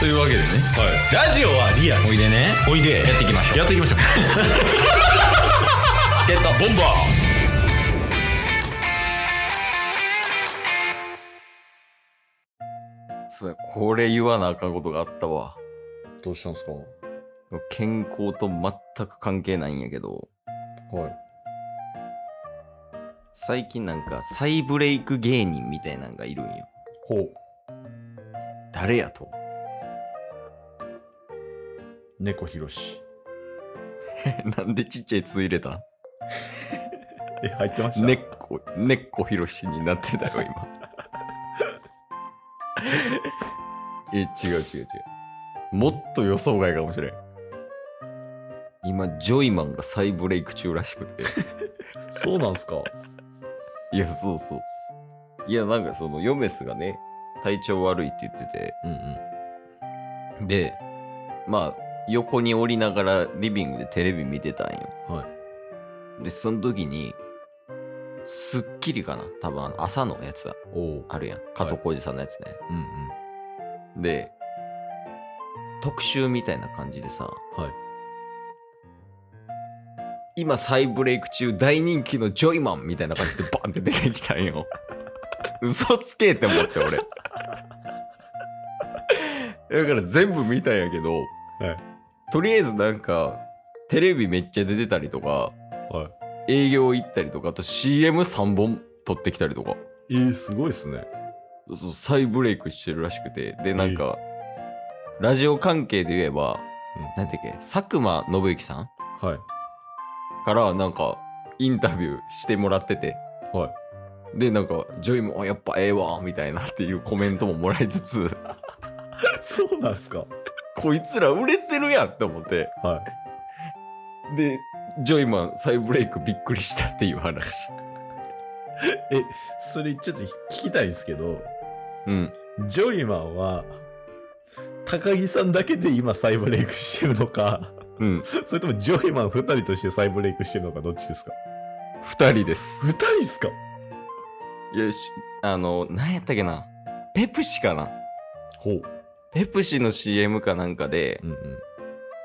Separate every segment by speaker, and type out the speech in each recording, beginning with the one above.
Speaker 1: というわけでね、ラジオはリアおいでね
Speaker 2: おいで
Speaker 1: やっていきましょう
Speaker 2: やっていきましょう
Speaker 1: ゲットボンバーそうやこれ言わなあかんことがあったわ
Speaker 2: どうしたんですか
Speaker 1: 健康と全く関係ないんやけど
Speaker 2: はい
Speaker 1: 最近なんか再ブレイク芸人みたいなんがいるんよ
Speaker 2: ほう
Speaker 1: 誰やと
Speaker 2: 猫ひろし
Speaker 1: なんでちっちゃい「つ」入れたん
Speaker 2: え入ってま
Speaker 1: 根っこ、根っこひろしになってたよ、今。 え、違う違う違う。もっと予想外かもしれん。今、ジョイマンが再ブレイク中らしくて。
Speaker 2: そうなんすか
Speaker 1: いや、そうそう。いや、なんかその、ヨメスがね、体調悪いって言ってて、
Speaker 2: うんうん
Speaker 1: で、まあ、横に降りながらリビングでテレビ見てたんよ。
Speaker 2: はい
Speaker 1: で、その時に、スッキリかな多分あの朝のやつだ。
Speaker 2: おう
Speaker 1: あるやん加藤浩次さんのやつね、
Speaker 2: うんうん
Speaker 1: で特集みたいな感じでさ
Speaker 2: はい
Speaker 1: 今再ブレイク中大人気のジョイマンみたいな感じでバンって出てきた んよ嘘つけって思って俺だから全部見たんやけど、
Speaker 2: はい
Speaker 1: とりあえずなんかテレビめっちゃ出てたりとか
Speaker 2: は
Speaker 1: 営業行ったりとかあと CM3 本撮ってきたりとか
Speaker 2: いえー、すごいっすね
Speaker 1: そう再ブレイクしてるらしくてでなんか、ラジオ関係で言えば
Speaker 2: うん
Speaker 1: 何て言うっけ佐久間信之さん
Speaker 2: はい
Speaker 1: からなんかインタビューしてもらってて
Speaker 2: はい
Speaker 1: でなんか「ジョイもやっぱええわ」みたいなっていうコメントももらいつつ
Speaker 2: そうなんすか
Speaker 1: こいつら売れてるやんって思って
Speaker 2: は
Speaker 1: でジョイマン再ブレイクびっくりしたっていう話
Speaker 2: いえそれちょっと聞きたいんですけど
Speaker 1: うん
Speaker 2: ジョイマンは高木さんだけで今再ブレイクしてるのか
Speaker 1: うん
Speaker 2: それともジョイマン2人として再ブレイクしてるのかどっちですか
Speaker 1: 2人です
Speaker 2: 2人っすか
Speaker 1: よしあの何やったっけなペプシかな
Speaker 2: ほう
Speaker 1: ペプシの CM かなんかで、
Speaker 2: うんう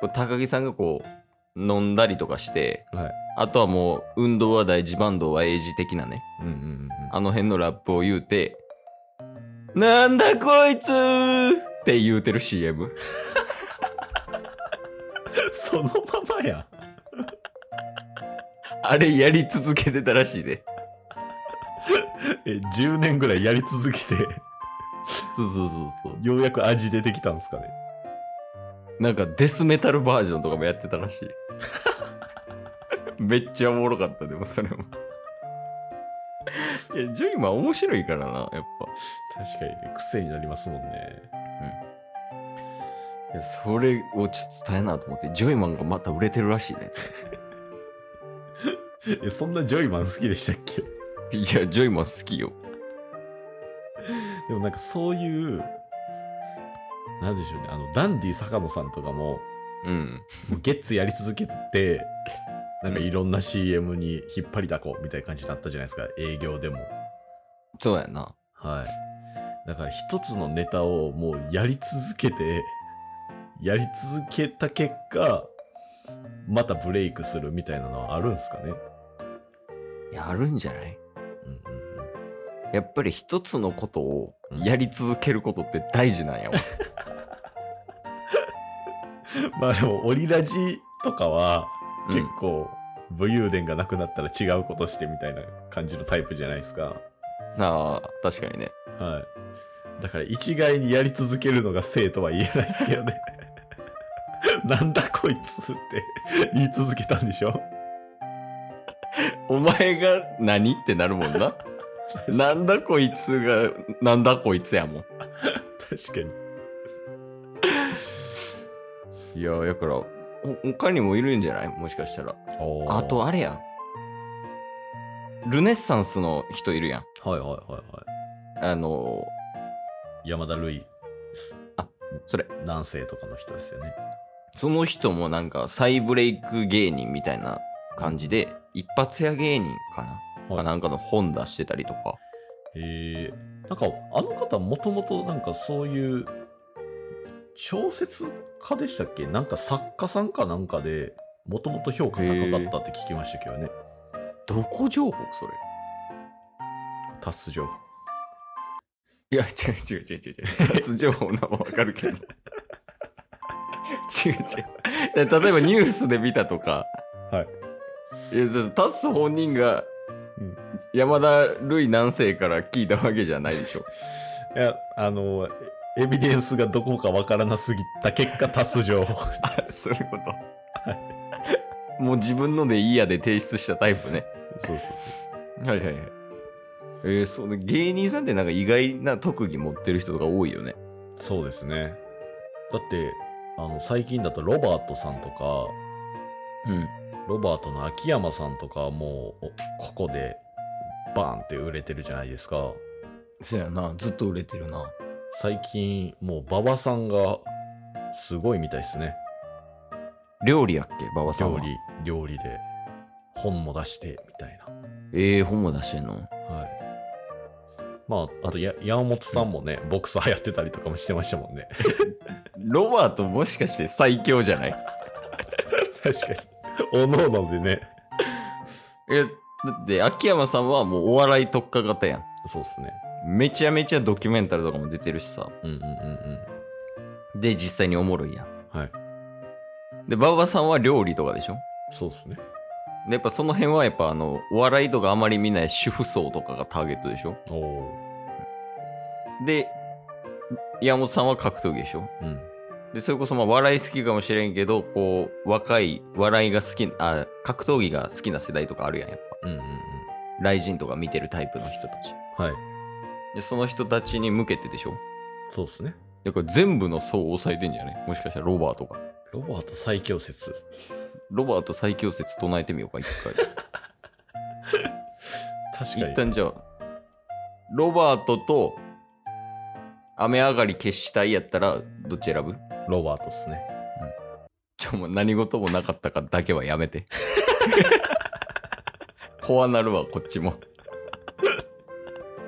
Speaker 1: こう高木さんがこう飲んだりとかして
Speaker 2: んはい
Speaker 1: あとはもう運動は大事バンドは英字的なね
Speaker 2: うんうんうんうん
Speaker 1: あの辺のラップを言うて「なんだこいつ!」って言うてる CM
Speaker 2: そのままや
Speaker 1: あれやり続けてたらしいで
Speaker 2: え10年ぐらいやり続けて
Speaker 1: そうそうそうそう
Speaker 2: ようやく味出てきたんですかね
Speaker 1: なんかデスメタルバージョンとかもやってたらしいめっちゃおもろかったでもそれもいやジョイマン面白いからなやっぱ
Speaker 2: 確かにね癖になりますもんね
Speaker 1: いやそれをちょっと伝えなと思ってジョイマンがまた売れてるらしいね
Speaker 2: えそんなジョイマン好きでしたっけ
Speaker 1: いや、ジョイマン好きよ。
Speaker 2: でもなんかそういうなんでしょうねあのダンディ坂野さんとかも
Speaker 1: うん。
Speaker 2: もうゲッツやり続けてなんかいろんな CM に引っ張りだこみたいな感じになったじゃないですか営業でも
Speaker 1: そうやな。
Speaker 2: はい。だから一つのネタをもうやり続けて、 やり続けた結果、またブレイクするみたいなのはあるんすかね。
Speaker 1: やるんじゃない
Speaker 2: うんうんうん。
Speaker 1: やっぱり一つのことをやり続けることって大事なんやわ。
Speaker 2: まあでも、オリラジとかは
Speaker 1: うん
Speaker 2: 結構、武勇伝がなくなったら違うことしてみたいな感じのタイプじゃないですか。
Speaker 1: なあ、確かにね。
Speaker 2: はい。だから一概にやり続けるのが正とは言えないですけど ね。なんだこいつって言い続けたんでしょ
Speaker 1: お前が何ってなるもん な。なんだこいつが、なんだこいつやも
Speaker 2: 確かに。
Speaker 1: ん。いや、だから、ほ他にもいるんじゃないもしかしたら。あと、あれやん。ルネッサンスの人いるやん。
Speaker 2: はいはいはいは
Speaker 1: あの、
Speaker 2: い。山田るい
Speaker 1: それ。
Speaker 2: 南西とかの人ですよね。
Speaker 1: その人もなんか再ブレイク芸人みたいな感じで一発屋芸人かな、
Speaker 2: は
Speaker 1: か
Speaker 2: い
Speaker 1: なんかの本出してたりとか
Speaker 2: へえ。なんかあの方もともとなんかそういう小説家でしたっけなんか作家さんかなんかで、もともと評価高かったって聞きましたけどね。
Speaker 1: どこ情報それ
Speaker 2: タス情報。
Speaker 1: いや、違う違う違う違う違う。タス情報なのわか るけど。違う違う。例えばニュースで見たとか。。
Speaker 2: はい
Speaker 1: いや、だってタス本人が
Speaker 2: うん
Speaker 1: 山田るい何世から聞いたわけじゃないでしょ。
Speaker 2: いや、あの、エビデンスがどこかわからなすぎた結果タス情 報。
Speaker 1: あ、そういうこと。もう自分のでいいやで提出したタイプね。
Speaker 2: そうそうそう。
Speaker 1: はいはいはい。えー、そうね芸人さんってなんか意外な特技持ってる人とか多いよね。
Speaker 2: そうですね。だって、あの、最近だとロバートさんとか、
Speaker 1: うん。
Speaker 2: ロバートの秋山さんとかはもう、おここで、バーンって売れてるじゃないですか。
Speaker 1: そうやな。ずっと売れてるな。
Speaker 2: 最近、もう、馬場さんが、すごいみたいですね。
Speaker 1: 料理やっけ馬場さん
Speaker 2: 料
Speaker 1: は。
Speaker 2: 理。、料理で、本も出して、みたい
Speaker 1: ええー、本も出してんの
Speaker 2: な。はい。まあ、あとや、山本さんもね、ボクサーやってたりとかもしてましたも んね。
Speaker 1: ロバートもしかして最強じゃない
Speaker 2: 確かに。おのおのでね。
Speaker 1: え、だって秋山さんはもうお笑い特化型やん。
Speaker 2: そうっすね。
Speaker 1: めちゃめちゃドキュメンタルとかも出てるしさ。
Speaker 2: うんうんうん
Speaker 1: で、実際におもろいやん。
Speaker 2: うん。はい。
Speaker 1: で、馬場さんは料理とかでしょ
Speaker 2: そうっすね。
Speaker 1: でやっぱその辺はやっぱあの、お笑いとかあまり見ない主婦層とかがターゲットでしょ
Speaker 2: おお。
Speaker 1: で、山本さんは格闘技でしょ
Speaker 2: うん。
Speaker 1: で、それこそまあ笑い好きかもしれんけど、こう、若い、笑いが好き、あ、格闘技が好きな世代とかあるやん、やっ
Speaker 2: う
Speaker 1: ぱ。
Speaker 2: んうんうん。
Speaker 1: 雷神とか見てるタイプの人たち。
Speaker 2: はい。
Speaker 1: で、その人たちに向けてでしょ
Speaker 2: そうっすね。
Speaker 1: だから全部の層を抑えてんじゃねもしかしたらロバートが。
Speaker 2: ロバート最強説。
Speaker 1: ロバート最強説唱えてみようか、一回。
Speaker 2: 確か
Speaker 1: 一
Speaker 2: に。
Speaker 1: 旦じゃあ、ロバートと、雨上がり消したいやったら、どっち選ぶ
Speaker 2: ロバートっすね。
Speaker 1: ちょ、もう何事もなかったかだけはやめて。怖なるわ、こっちも。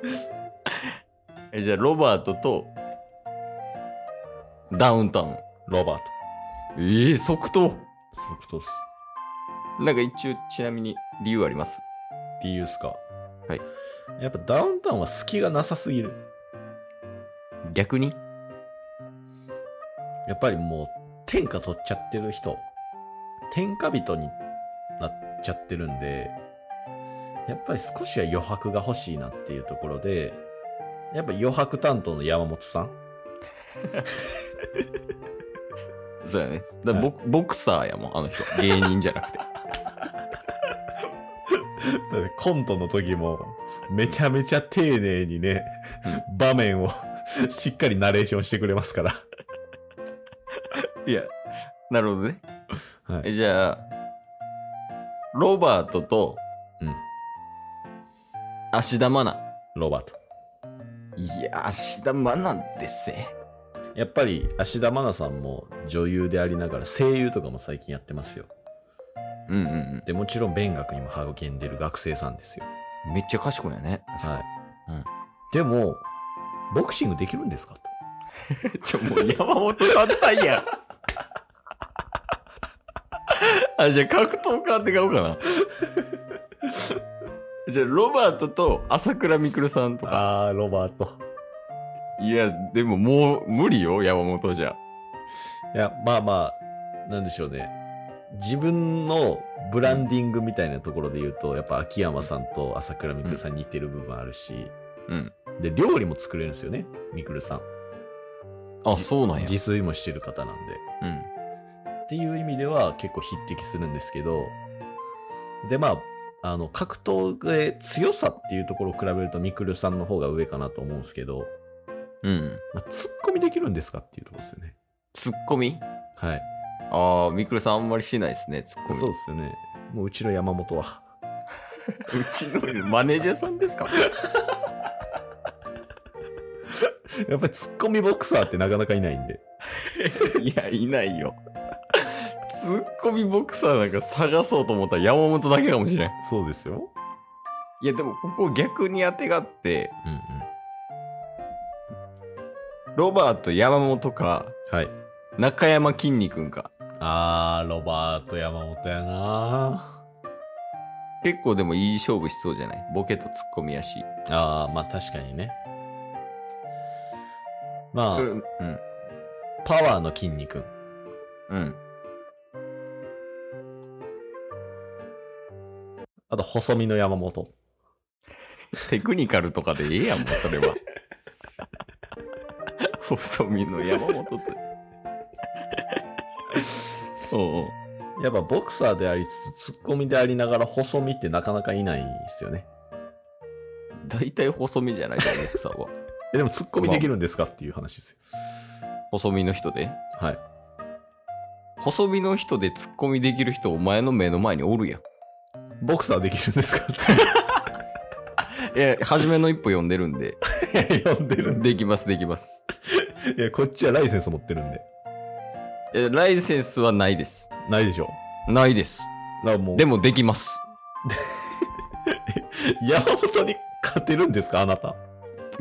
Speaker 1: えじゃあ、ロバートと、ダウンタウン。
Speaker 2: ロバー
Speaker 1: ええ即答
Speaker 2: ト。ソフトっす。
Speaker 1: なんか一応、ちなみに理由あります
Speaker 2: 理由っすか。
Speaker 1: はい。
Speaker 2: やっぱダウンタウンは隙がなさすぎる。
Speaker 1: 逆に
Speaker 2: やっぱりもう、天下取っちゃってる人。天下人になっちゃってるんで、やっぱり少しは余白が欲しいなっていうところで、やっぱ余白担当の山本さん。
Speaker 1: そうやね。だからボ,、ボクサーやもん、あの人。芸人じゃなくて。
Speaker 2: だってコントの時も、めちゃめちゃ丁寧にね、場面を しっかりナレーションしてくれますから。
Speaker 1: いや、なるほどね。
Speaker 2: は
Speaker 1: え
Speaker 2: い。
Speaker 1: じゃあ、ロバートと、
Speaker 2: うん。
Speaker 1: 芦田愛菜。
Speaker 2: ロバート。
Speaker 1: いや、芦田愛菜ですね。
Speaker 2: やっぱり、芦田愛菜さんも女優でありながら声優とかも最近やってますよ。
Speaker 1: うんうん
Speaker 2: で、もちろん勉学にも励んでる学生さんですよ。
Speaker 1: うん。めっちゃ賢いよね。
Speaker 2: はい。
Speaker 1: うん
Speaker 2: でも、ボクシングできるんですかと
Speaker 1: い。ちょ、もう山本さんたいやん。 あ、じゃあ格闘家って買おうかな。じゃあ、ロバートと朝倉未来さんとか。
Speaker 2: あー、ロバート。
Speaker 1: いや、でももう無理よ、山本じゃ。
Speaker 2: いや、まあまあ、なんでしょうね。自分のブランディングみたいなところで言うと、やっぱ秋山さんと朝倉未来さん似てる部分あるし、
Speaker 1: うん。
Speaker 2: で、料理も作れるんですよね、未来さん。
Speaker 1: あ、そうなんや。
Speaker 2: 自炊もしてる方なんで。
Speaker 1: うん。
Speaker 2: っていう意味では結構匹敵するんですけど、で、まあ、あの、格闘で強さっていうところを比べると、ミクルさんの方が上かなと思うんですけど、
Speaker 1: うん。
Speaker 2: まあ、ツッコミできるんですかっていうところですよね。
Speaker 1: ツッコミ
Speaker 2: はい。
Speaker 1: ああ、みくるさんあんまりしないですね、ツッコミ。
Speaker 2: そうですよね。もううちの山本は。
Speaker 1: うちのマネージャーさんですか
Speaker 2: やっぱりツッコミボクサーってなかなかいないんで。
Speaker 1: いや、いないよ。ツッコミボクサーなんか探そうと思ったら山本だけかもしれん。
Speaker 2: そうですよ。
Speaker 1: いや、でもここ逆に当てがって、
Speaker 2: うんうん。
Speaker 1: ロバート山本か、
Speaker 2: はい。
Speaker 1: 中山きんに君か。
Speaker 2: あー、ロバート山本やな
Speaker 1: 結構でもいい勝負しそうじゃないボケとツッコミやし。
Speaker 2: あー、まあ確かにね。ま
Speaker 1: それ
Speaker 2: あ、
Speaker 1: うん。
Speaker 2: パワーの筋肉。
Speaker 1: うん。
Speaker 2: あと、細身の山本。
Speaker 1: テクニカルとかでええやん、もうそれ は。細身の山本 って。おうおう
Speaker 2: やっぱボクサーでありつつ、ツッコミでありながら細身ってなかなかいないんですよね。
Speaker 1: 大体細身じゃないか、ボクサーは。
Speaker 2: え、でもツッコミできるんですかっていう話ですよ。
Speaker 1: 細身の人で。
Speaker 2: はい。
Speaker 1: 細身の人でツッコミできる人、お前の目の前におるやん。
Speaker 2: ボクサーできるんですかっ
Speaker 1: いや、初めの一歩読んでるんで。
Speaker 2: て 呼んでるん
Speaker 1: できます、できます。
Speaker 2: で。いや、こっちはライセンス持ってるんで。
Speaker 1: え、ライセンスはないです。
Speaker 2: ないでしょ。
Speaker 1: ないです。
Speaker 2: だからもう、
Speaker 1: でもできます。
Speaker 2: 山本に勝てるんですかあなた。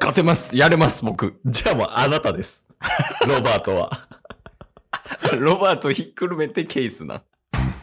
Speaker 1: 勝てます。やれます、僕。
Speaker 2: じゃあもうあな たです。ロバートは。
Speaker 1: ロバートひっくるめてケースな。